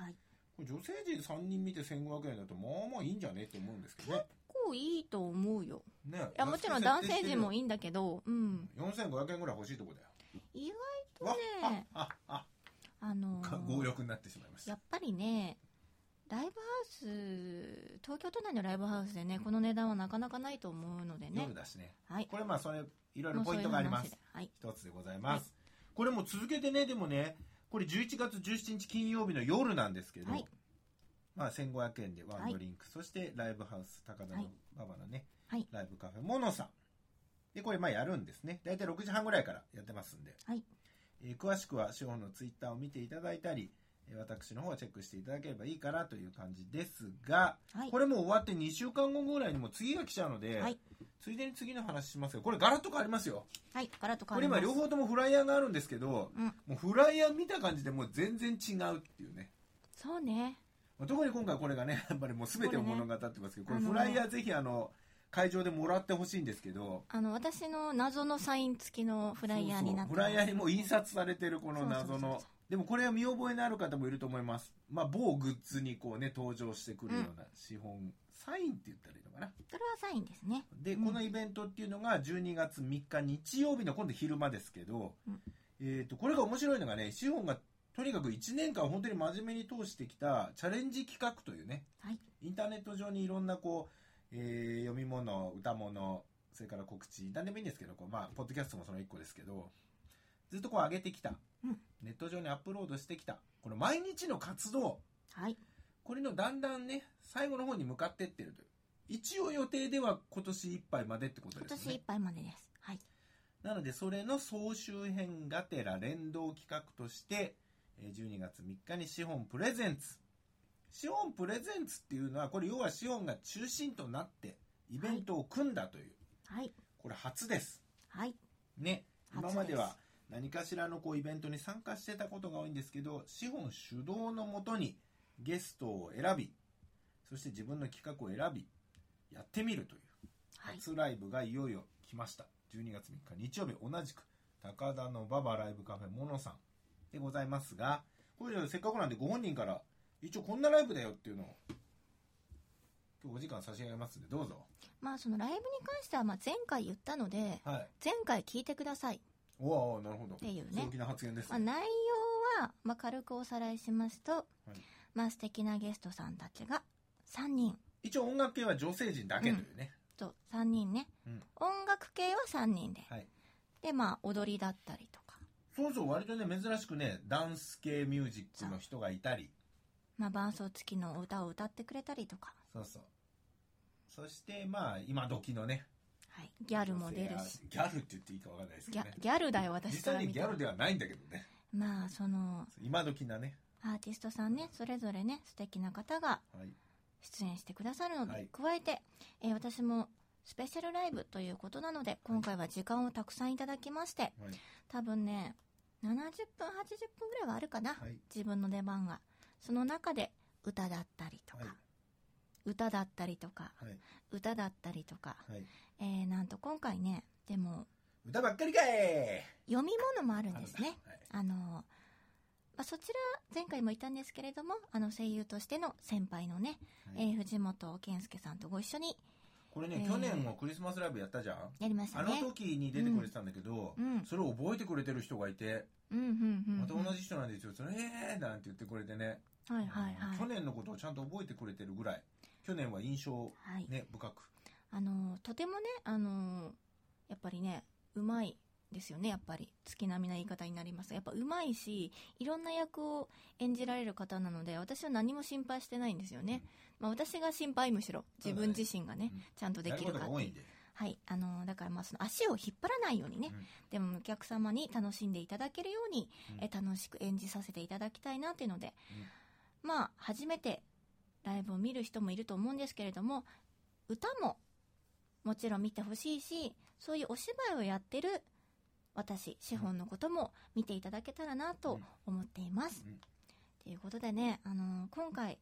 [SPEAKER 1] はい
[SPEAKER 2] これ女性陣3人見て1500円だとまあまあいいんじゃねって思うんですけどね
[SPEAKER 1] こういいと思うよ
[SPEAKER 2] ね
[SPEAKER 1] いやもちろん男性陣も
[SPEAKER 2] い
[SPEAKER 1] いいんだけどうん
[SPEAKER 2] 4500円ぐらい欲しいとこだよ
[SPEAKER 1] 意
[SPEAKER 2] わ
[SPEAKER 1] 外
[SPEAKER 2] っ
[SPEAKER 1] とね
[SPEAKER 2] ああ
[SPEAKER 1] あの
[SPEAKER 2] あ強欲になってしまいました
[SPEAKER 1] やっぱりねライブハウス東京都内のライブハウスでねこの値段はなかなかないと思うのでね
[SPEAKER 2] 夜だしね
[SPEAKER 1] はい
[SPEAKER 2] これまあそれいろいろ
[SPEAKER 1] もう
[SPEAKER 2] ポ
[SPEAKER 1] そうい
[SPEAKER 2] イン
[SPEAKER 1] う
[SPEAKER 2] トがありま
[SPEAKER 1] 話
[SPEAKER 2] す
[SPEAKER 1] ではい
[SPEAKER 2] 一つでございます、これも続けてねでもねこれ11月17日金曜日の夜なんですけど、
[SPEAKER 1] はい
[SPEAKER 2] まあ、1500円でワ
[SPEAKER 1] は
[SPEAKER 2] ン
[SPEAKER 1] い
[SPEAKER 2] ドリンク、そしてライブハウス高田
[SPEAKER 1] はい
[SPEAKER 2] の馬場のね、
[SPEAKER 1] はい
[SPEAKER 2] ライブカフェモノさんでこれまあやるんですね大体6時半ぐらいからやってますんで、
[SPEAKER 1] はい
[SPEAKER 2] えー詳しくは司法のツイッターを見ていただいたりえー私の方はチェックしていただければいいかなという感じですが、
[SPEAKER 1] はい
[SPEAKER 2] これもう終わって2週間後ぐらいにもう次が来ちゃうので、
[SPEAKER 1] はい
[SPEAKER 2] ついでに次の話しますけどこれガラッと変わりますよ
[SPEAKER 1] はいガラッと変
[SPEAKER 2] こ
[SPEAKER 1] わ
[SPEAKER 2] れ
[SPEAKER 1] りま
[SPEAKER 2] 今
[SPEAKER 1] す
[SPEAKER 2] 両方ともフライヤーがあるんですけど、
[SPEAKER 1] うん
[SPEAKER 2] もうフライヤー見た感じでもう全然違うっていうね
[SPEAKER 1] そうね
[SPEAKER 2] まあ特に今回これがねやっぱりもう全てを物語ってますけどこれフライヤーぜひあの会場でもらってほしいんですけど、
[SPEAKER 1] あの私の謎のサイン付きのフライヤーになって
[SPEAKER 2] そうそうフライヤーにもう印刷されてるこの謎
[SPEAKER 1] そうそうそう
[SPEAKER 2] の
[SPEAKER 1] そう
[SPEAKER 2] でもこれは見覚えのある方もいると思いますまあ某グッズにこうね登場してくるような資本、サインって言ったらいいのかな
[SPEAKER 1] それはサインですね
[SPEAKER 2] で、
[SPEAKER 1] うん
[SPEAKER 2] このイベントっていうのが12月3日日曜日の今度昼間ですけど、
[SPEAKER 1] うん
[SPEAKER 2] えっ、とこれが面白いのがね資本がとにかく1年間本当に真面目に通してきたチャレンジ企画というね
[SPEAKER 1] はい
[SPEAKER 2] インターネット上にいろんなこう、えー読み物、歌物、それから告知、何でもいいんですけど、こうまあ、ポッドキャストもその一個ですけど、ずっとこう上げてきた、
[SPEAKER 1] うん
[SPEAKER 2] ネット上にアップロードしてきた、この毎日の活動、
[SPEAKER 1] はい
[SPEAKER 2] これのだんだんね、最後の方に向かってってるという。一応予定では今年いっぱいまでってこと
[SPEAKER 1] 今
[SPEAKER 2] です
[SPEAKER 1] 年いっ
[SPEAKER 2] ね。
[SPEAKER 1] ぱいまでですはい
[SPEAKER 2] なので、それの総集編がてら連動企画として、えー12月3日に資本プレゼンツ。資本プレゼンツっていうのは、これ要は資本が中心となって、イベントを組んだという、
[SPEAKER 1] はい
[SPEAKER 2] これ初です。
[SPEAKER 1] はい
[SPEAKER 2] ね。
[SPEAKER 1] 初で
[SPEAKER 2] 今
[SPEAKER 1] す
[SPEAKER 2] までは何かしらのこうイベントに参加してたことが多いんですけど、資本主導のもとにゲストを選び、そして自分の企画を選び、やってみるという。
[SPEAKER 1] はい
[SPEAKER 2] 初ライブがいよいよ来ました。12月3日日曜日、同じく、高田の馬場ライブカフェモノさんでございますが、これせっかくなんでご本人から、一応こんなライブだよっていうのを、今日お時間差し上げますんで、どうぞ。
[SPEAKER 1] まあそのライブに関してはまあ前回言ったので
[SPEAKER 2] はい。
[SPEAKER 1] 前回聞いてください
[SPEAKER 2] おおうおうなるほど。
[SPEAKER 1] っていうね
[SPEAKER 2] 強気な発言です、
[SPEAKER 1] まあ、内容は、まあ、軽くおさらいしますと、
[SPEAKER 2] い
[SPEAKER 1] まあ素敵なゲストさんたちが3人
[SPEAKER 2] 一応音楽系は女性陣だけというね。
[SPEAKER 1] と3人ね、
[SPEAKER 2] うん
[SPEAKER 1] 音楽系は3人で、
[SPEAKER 2] はい
[SPEAKER 1] でまあ踊りだったりとか、
[SPEAKER 2] そうそう、割とね、珍しくね、ダンス系ミュージックの人がいたり、
[SPEAKER 1] まあ、伴奏付きの歌を歌ってくれたりとか、
[SPEAKER 2] そうそう。そして、まあ、今時のね、
[SPEAKER 1] はい、ギャルも出るし、
[SPEAKER 2] ギャルって言っていいかわかんないです
[SPEAKER 1] ギ
[SPEAKER 2] け
[SPEAKER 1] ャ
[SPEAKER 2] どね。
[SPEAKER 1] ギャルだよ私
[SPEAKER 2] 実
[SPEAKER 1] から
[SPEAKER 2] 際
[SPEAKER 1] 見
[SPEAKER 2] にギ
[SPEAKER 1] たら
[SPEAKER 2] ャルではないんだけどね。
[SPEAKER 1] まあその
[SPEAKER 2] 今時なね。
[SPEAKER 1] アーティストさんねそれぞれね素敵な方が
[SPEAKER 2] はい。
[SPEAKER 1] 出演してくださるので、
[SPEAKER 2] はい
[SPEAKER 1] 加えて、えー私もスペシャルライブということなので今回は時間をたくさんいただきまして
[SPEAKER 2] はい。
[SPEAKER 1] 多分ね70分80分ぐらいはあるかな、
[SPEAKER 2] はい。
[SPEAKER 1] 自分の出番がその中で歌だったりとか、
[SPEAKER 2] はい
[SPEAKER 1] 歌だったりとか
[SPEAKER 2] はい。
[SPEAKER 1] 歌だったりとか、
[SPEAKER 2] はい。
[SPEAKER 1] えーなんと今回ねでも
[SPEAKER 2] 歌ばっかりかい
[SPEAKER 1] 読み物もあるんですね。
[SPEAKER 2] ある
[SPEAKER 1] あの、まあ、そちら前回も言ったんですけれどもあの声優としての先輩のね、
[SPEAKER 2] なはいはい
[SPEAKER 1] えー藤本健介さんとご一緒に
[SPEAKER 2] これ
[SPEAKER 1] え
[SPEAKER 2] ね、
[SPEAKER 1] ー
[SPEAKER 2] 去年もクリスマスライブやったじゃん
[SPEAKER 1] やりました
[SPEAKER 2] あの
[SPEAKER 1] ね
[SPEAKER 2] 時に出てくれてたんだけど
[SPEAKER 1] う、ん
[SPEAKER 2] それを覚えてくれてる人がいて、
[SPEAKER 1] うんうんうんうん
[SPEAKER 2] また同じ人なんですよ。それ、えーなんて言ってくれてね。
[SPEAKER 1] はいはいはい
[SPEAKER 2] 去年のことをちゃんと覚えてくれてるぐらい、去年は印象、
[SPEAKER 1] はい
[SPEAKER 2] ね、深く。
[SPEAKER 1] あのとてもねあのやっぱりねうまいですよねやっぱり月並みな言い方になりますがやっぱうまいしいろんな役を演じられる方なので私は何も心配してないんですよね、まあ、私が心配むしろ
[SPEAKER 2] そう
[SPEAKER 1] 自
[SPEAKER 2] だね
[SPEAKER 1] 分自身がね
[SPEAKER 2] うん
[SPEAKER 1] ちゃんとで
[SPEAKER 2] やる
[SPEAKER 1] き
[SPEAKER 2] こ
[SPEAKER 1] る
[SPEAKER 2] と
[SPEAKER 1] か
[SPEAKER 2] が多いんで。
[SPEAKER 1] はいあのだからまあその足を引っ張らないようにね、
[SPEAKER 2] うん
[SPEAKER 1] でもお客様に楽しんでいただけるように、
[SPEAKER 2] うん
[SPEAKER 1] え楽しく演じさせていただきたいなっていうので、まあ初めてライブを見る人もいると思うんですけれども歌ももちろん見てほしいしそういうお芝居をやってる私資本のことも見ていただけたらなと思っています。
[SPEAKER 2] うん
[SPEAKER 1] ということでね、あのー今回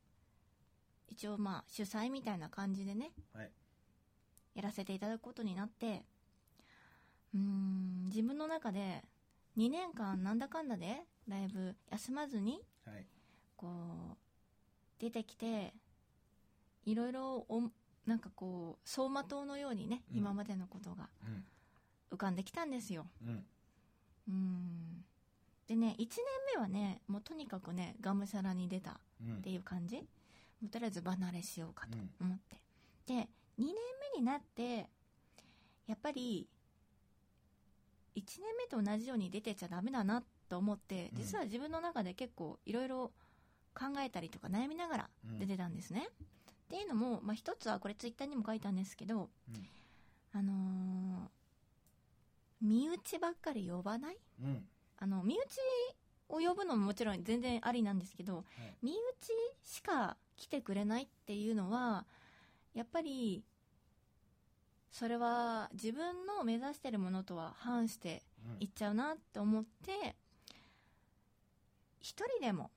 [SPEAKER 1] 一応まあ主催みたいな感じでね、
[SPEAKER 2] はい
[SPEAKER 1] やらせていただくことになってうーん自分の中で2年間なんだかんだでライブ休まずに
[SPEAKER 2] はい。
[SPEAKER 1] こう出てきていろいろおなんかこう走馬灯のようにね、
[SPEAKER 2] うん
[SPEAKER 1] 今までのことが
[SPEAKER 2] うん。
[SPEAKER 1] 浮かんできたんですよ。
[SPEAKER 2] うん。
[SPEAKER 1] うんでね1年目はねもうとにかくねがむしゃらに出た
[SPEAKER 2] うん
[SPEAKER 1] っていう感じもうとりあえず離れしようかと
[SPEAKER 2] うん
[SPEAKER 1] 思って、で2年目になってやっぱり1年目と同じように出てちゃダメだなと思って
[SPEAKER 2] うん
[SPEAKER 1] 実は自分の中で結構いろいろ考えたりとか悩みながら
[SPEAKER 2] うん
[SPEAKER 1] 出てたんですね、っていうのも、まあ、一つはこれツイッターにも書いたんですけど
[SPEAKER 2] うん
[SPEAKER 1] あのー身内ばっかり呼ばない
[SPEAKER 2] うん。
[SPEAKER 1] あの身内を呼ぶのももちろん全然ありなんですけど、
[SPEAKER 2] い
[SPEAKER 1] 身内しか来てくれないっていうのはやっぱりそれは自分の目指してるものとは反して
[SPEAKER 2] うん
[SPEAKER 1] いっちゃうなって思って一人でも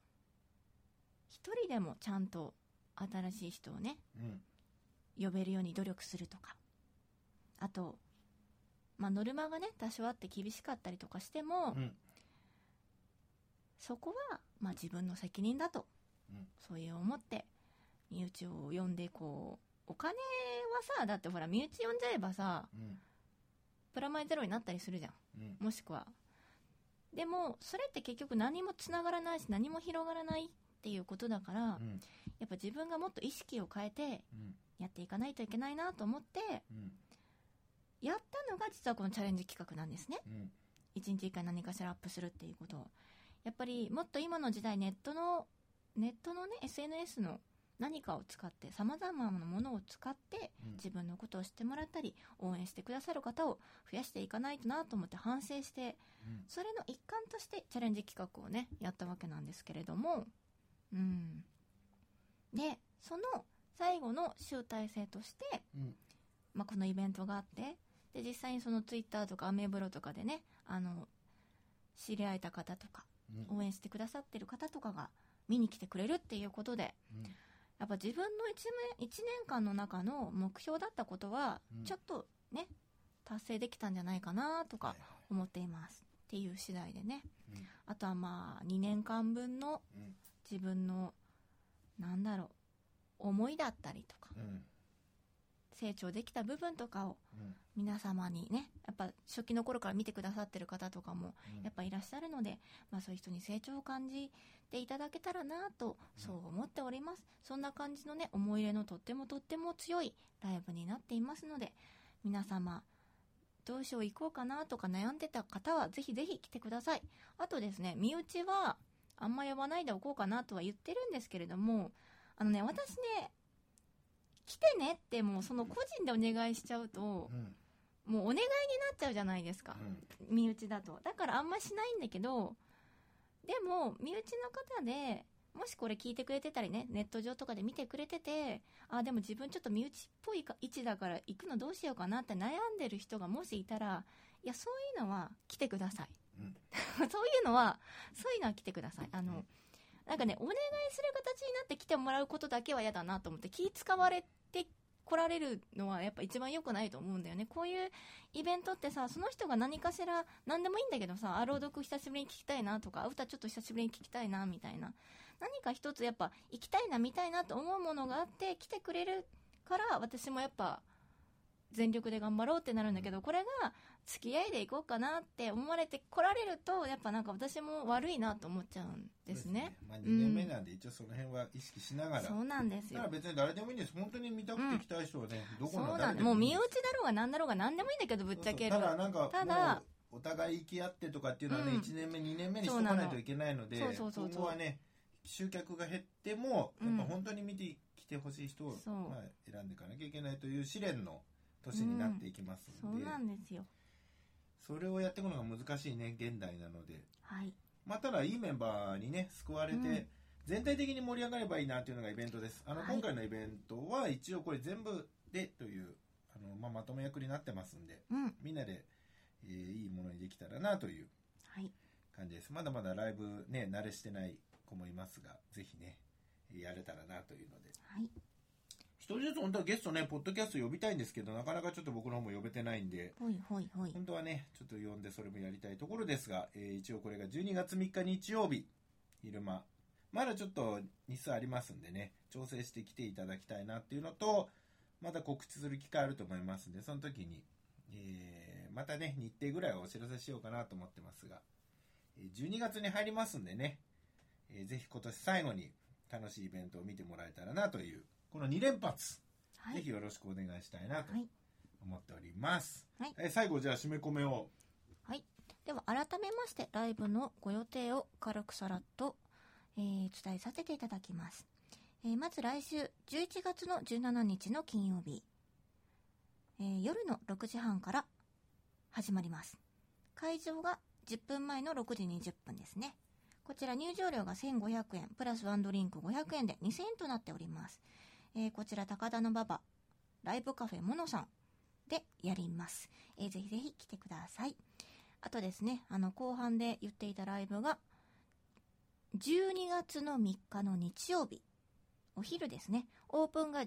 [SPEAKER 1] 一人でもちゃんと新しい人をね
[SPEAKER 2] うん。
[SPEAKER 1] 呼べるように努力するとかあと、まあ、ノルマがね多少あって厳しかったりとかしても、
[SPEAKER 2] うん
[SPEAKER 1] そこは、まあ、自分の責任だと、
[SPEAKER 2] うん
[SPEAKER 1] そういう思って身内を呼んでこうお金はさだってほら身内呼んじゃえばさ
[SPEAKER 2] うん
[SPEAKER 1] プラマイゼロになったりするじゃん
[SPEAKER 2] うん
[SPEAKER 1] もしくはでもそれって結局何もつながらないし何も広がらないっていうことだから、
[SPEAKER 2] うんうん
[SPEAKER 1] やっぱ自分がもっと意識を変えてやっていかないといけないなと思って
[SPEAKER 2] うん
[SPEAKER 1] やったのが実はこのチャレンジ企画なんですね
[SPEAKER 2] うん
[SPEAKER 1] 1日1回何かしらアップするっていうことをやっぱりもっと今の時代ネットのネットのね SNS の何かを使ってさまざまなものを使って
[SPEAKER 2] うん
[SPEAKER 1] 自分のことを知ってもらったり応援してくださる方を増やしていかないとなと思って反省して
[SPEAKER 2] うん
[SPEAKER 1] それの一環としてチャレンジ企画をねやったわけなんですけれどもうんでその最後の集大成として、
[SPEAKER 2] うん
[SPEAKER 1] まあ、このイベントがあってで実際にそのツイッターとかアメブロとかでねあの知り合えた方とか
[SPEAKER 2] うん
[SPEAKER 1] 応援してくださってる方とかが見に来てくれるっていうことで
[SPEAKER 2] うん
[SPEAKER 1] やっぱ自分の 1, 年1年間の中の目標だったことは
[SPEAKER 2] うん
[SPEAKER 1] ちょっとね、達成できたんじゃないかなとか
[SPEAKER 2] はいは
[SPEAKER 1] 思っていますっていう次第でね
[SPEAKER 2] いうん
[SPEAKER 1] あとはまあ2年間分の
[SPEAKER 2] うん
[SPEAKER 1] 自分のなんだろう思いだったりとか
[SPEAKER 2] うん
[SPEAKER 1] 成長できた部分とかを
[SPEAKER 2] うん
[SPEAKER 1] 皆様にねやっぱ初期の頃から見てくださってる方とかも
[SPEAKER 2] うん
[SPEAKER 1] やっぱいらっしゃるので、まあ、そういう人に成長を感じていただけたらなとそう思っておりますそんな感じのね思い入れのとってもとっても強いライブになっていますので皆様どうしよう行こうかなとか悩んでた方はぜひぜひ来てくださいあとですね身内はあんま呼ばないでおこうかなとは言ってるんですけれどもあのね私ね来てねってもうその個人でお願いしちゃうと
[SPEAKER 2] うん
[SPEAKER 1] もうお願いになっちゃうじゃないですか
[SPEAKER 2] うん
[SPEAKER 1] 身内だとだからあんましないんだけどでも身内の方でもしこれ聞いてくれてたりねネット上とかで見てくれててあでも自分ちょっと身内っぽいか位置だから行くのどうしようかなって悩んでる人がもしいたらいやそういうのは来てください、
[SPEAKER 2] うん
[SPEAKER 1] そういうのはそういうのは来てくださいあの、
[SPEAKER 2] うん
[SPEAKER 1] なんかねお願いする形になって来てもらうことだけは嫌だなと思って気使われて来られるのはやっぱ一番良くないと思うんだよねこういうイベントってさその人が何かしら何でもいいんだけどさあ朗読久しぶりに聞きたいなとかあ歌ちょっと久しぶりに聞きたいなみたいな何か一つやっぱ行きたいな見たいなと思うものがあって来てくれるから私もやっぱ全力で頑張ろうってなるんだけどこれが付き合いで行こうかなって思われて来られるとやっぱなんか私も悪いなと思っちゃうんですね。
[SPEAKER 2] まあ、2年目なんで一応その辺は意識しながら、
[SPEAKER 1] そうなんです
[SPEAKER 2] だ
[SPEAKER 1] よ
[SPEAKER 2] から別に誰でもいいんです本当に見たくて来たい人はね、どこ
[SPEAKER 1] そ
[SPEAKER 2] の
[SPEAKER 1] うな
[SPEAKER 2] 誰
[SPEAKER 1] ん
[SPEAKER 2] で
[SPEAKER 1] もう
[SPEAKER 2] いい
[SPEAKER 1] 身内
[SPEAKER 2] ん
[SPEAKER 1] だ
[SPEAKER 2] で
[SPEAKER 1] ろうが何だろうが何でもいいんだけどぶっ
[SPEAKER 2] す
[SPEAKER 1] ちゃける
[SPEAKER 2] そうそうただなんか
[SPEAKER 1] ただ
[SPEAKER 2] もうお互い行き合ってとかっていうのはね、
[SPEAKER 1] うん
[SPEAKER 2] 1年目2年目にしとかないといけないので
[SPEAKER 1] そうそうそうそう
[SPEAKER 2] 今後はね集客が減っても
[SPEAKER 1] う
[SPEAKER 2] や
[SPEAKER 1] ん
[SPEAKER 2] っぱ本当に見てきてほしい人を、
[SPEAKER 1] そう
[SPEAKER 2] まあ、選んでいかなきゃいけないという試練の年になっていきます
[SPEAKER 1] そ
[SPEAKER 2] の
[SPEAKER 1] う
[SPEAKER 2] で、
[SPEAKER 1] なんですよ
[SPEAKER 2] それをやっていくのが難しいね現代なので
[SPEAKER 1] はい
[SPEAKER 2] まあ、ただいいメンバーにね救われて、
[SPEAKER 1] うん
[SPEAKER 2] 全体的に盛り上がればいいなというのがイベントですあの、
[SPEAKER 1] はい
[SPEAKER 2] 今回のイベントは一応これ全部でというあの、まあ、まとめ役になってますんで
[SPEAKER 1] うん
[SPEAKER 2] みんなで、えーいいものにできたらなという
[SPEAKER 1] はい
[SPEAKER 2] 感じですまだまだライブね慣れしてない子もいますがぜひねやれたらなというので
[SPEAKER 1] はい
[SPEAKER 2] 一人ずつ本当はゲストねポッドキャスト呼びたいんですけどなかなかちょっと僕の方も呼べてないんで
[SPEAKER 1] ほいほいほい
[SPEAKER 2] 本当はね、ちょっと読んでそれもやりたいところですが、えー一応これが12月3日日曜日、昼間。まだちょっと日数ありますんでね、調整してきていただきたいなっていうのと、まだ告知する機会あると思いますんで、その時に、えーまたね、日程ぐらいはお知らせしようかなと思ってますが、えー12月に入りますんでね、えーぜひ今年最後に楽しいイベントを見てもらえたらなという、この2連発、
[SPEAKER 1] は
[SPEAKER 2] ぜひ
[SPEAKER 1] い
[SPEAKER 2] よろしくお願いしたいなと
[SPEAKER 1] はい
[SPEAKER 2] 思っております。
[SPEAKER 1] はい
[SPEAKER 2] えー最後じゃあ締め込めを。
[SPEAKER 1] では改めましてライブのご予定を軽くさらっと、えー伝えさせていただきます、えーまず来週11月の17日の金曜日、えー夜の6時半から始まります会場が10分前の6時20分ですねこちら入場料が1500円プラスワンドリンク500円で2000円となっております、えーこちら高田の馬場ライブカフェモノさんでやります、えーぜひぜひ来てくださいあとですね、あの、後半で言っていたライブが、12月の3日の日曜日、お昼ですね、オープンが11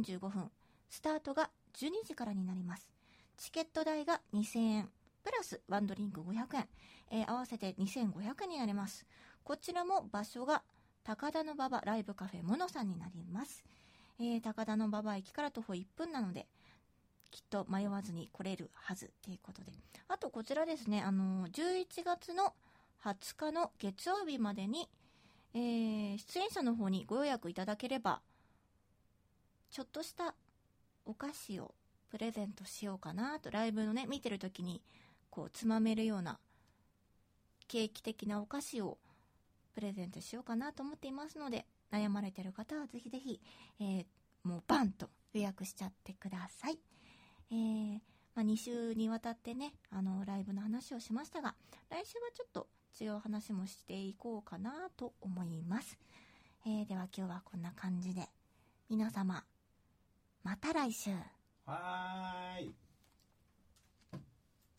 [SPEAKER 1] 時45分、スタートが12時からになります。チケット代が2000円、プラスワンドリンク500円、えー合わせて2500円になります。こちらも場所が高田の馬場ライブカフェモノさんになります。えー高田の馬場駅から徒歩1分なので、きっと迷わずに来れるはずということで。あとこちらですね、あのー11月の20日の月曜日までに、えー出演者の方にご予約いただければ、ちょっとしたお菓子をプレゼントしようかなと、ライブのね、見てる時に、こう、つまめるような、ケーキ的なお菓子をプレゼントしようかなと思っていますので、悩まれてる方はぜひぜひ、えーもうバンと予約しちゃってください。えーまあ、2週にわたってね、あの、ライブの話をしましたが、来週はちょっと違う話もしていこうかなと思います。えーでは今日はこんな感じで、皆様、また来週
[SPEAKER 2] はーい。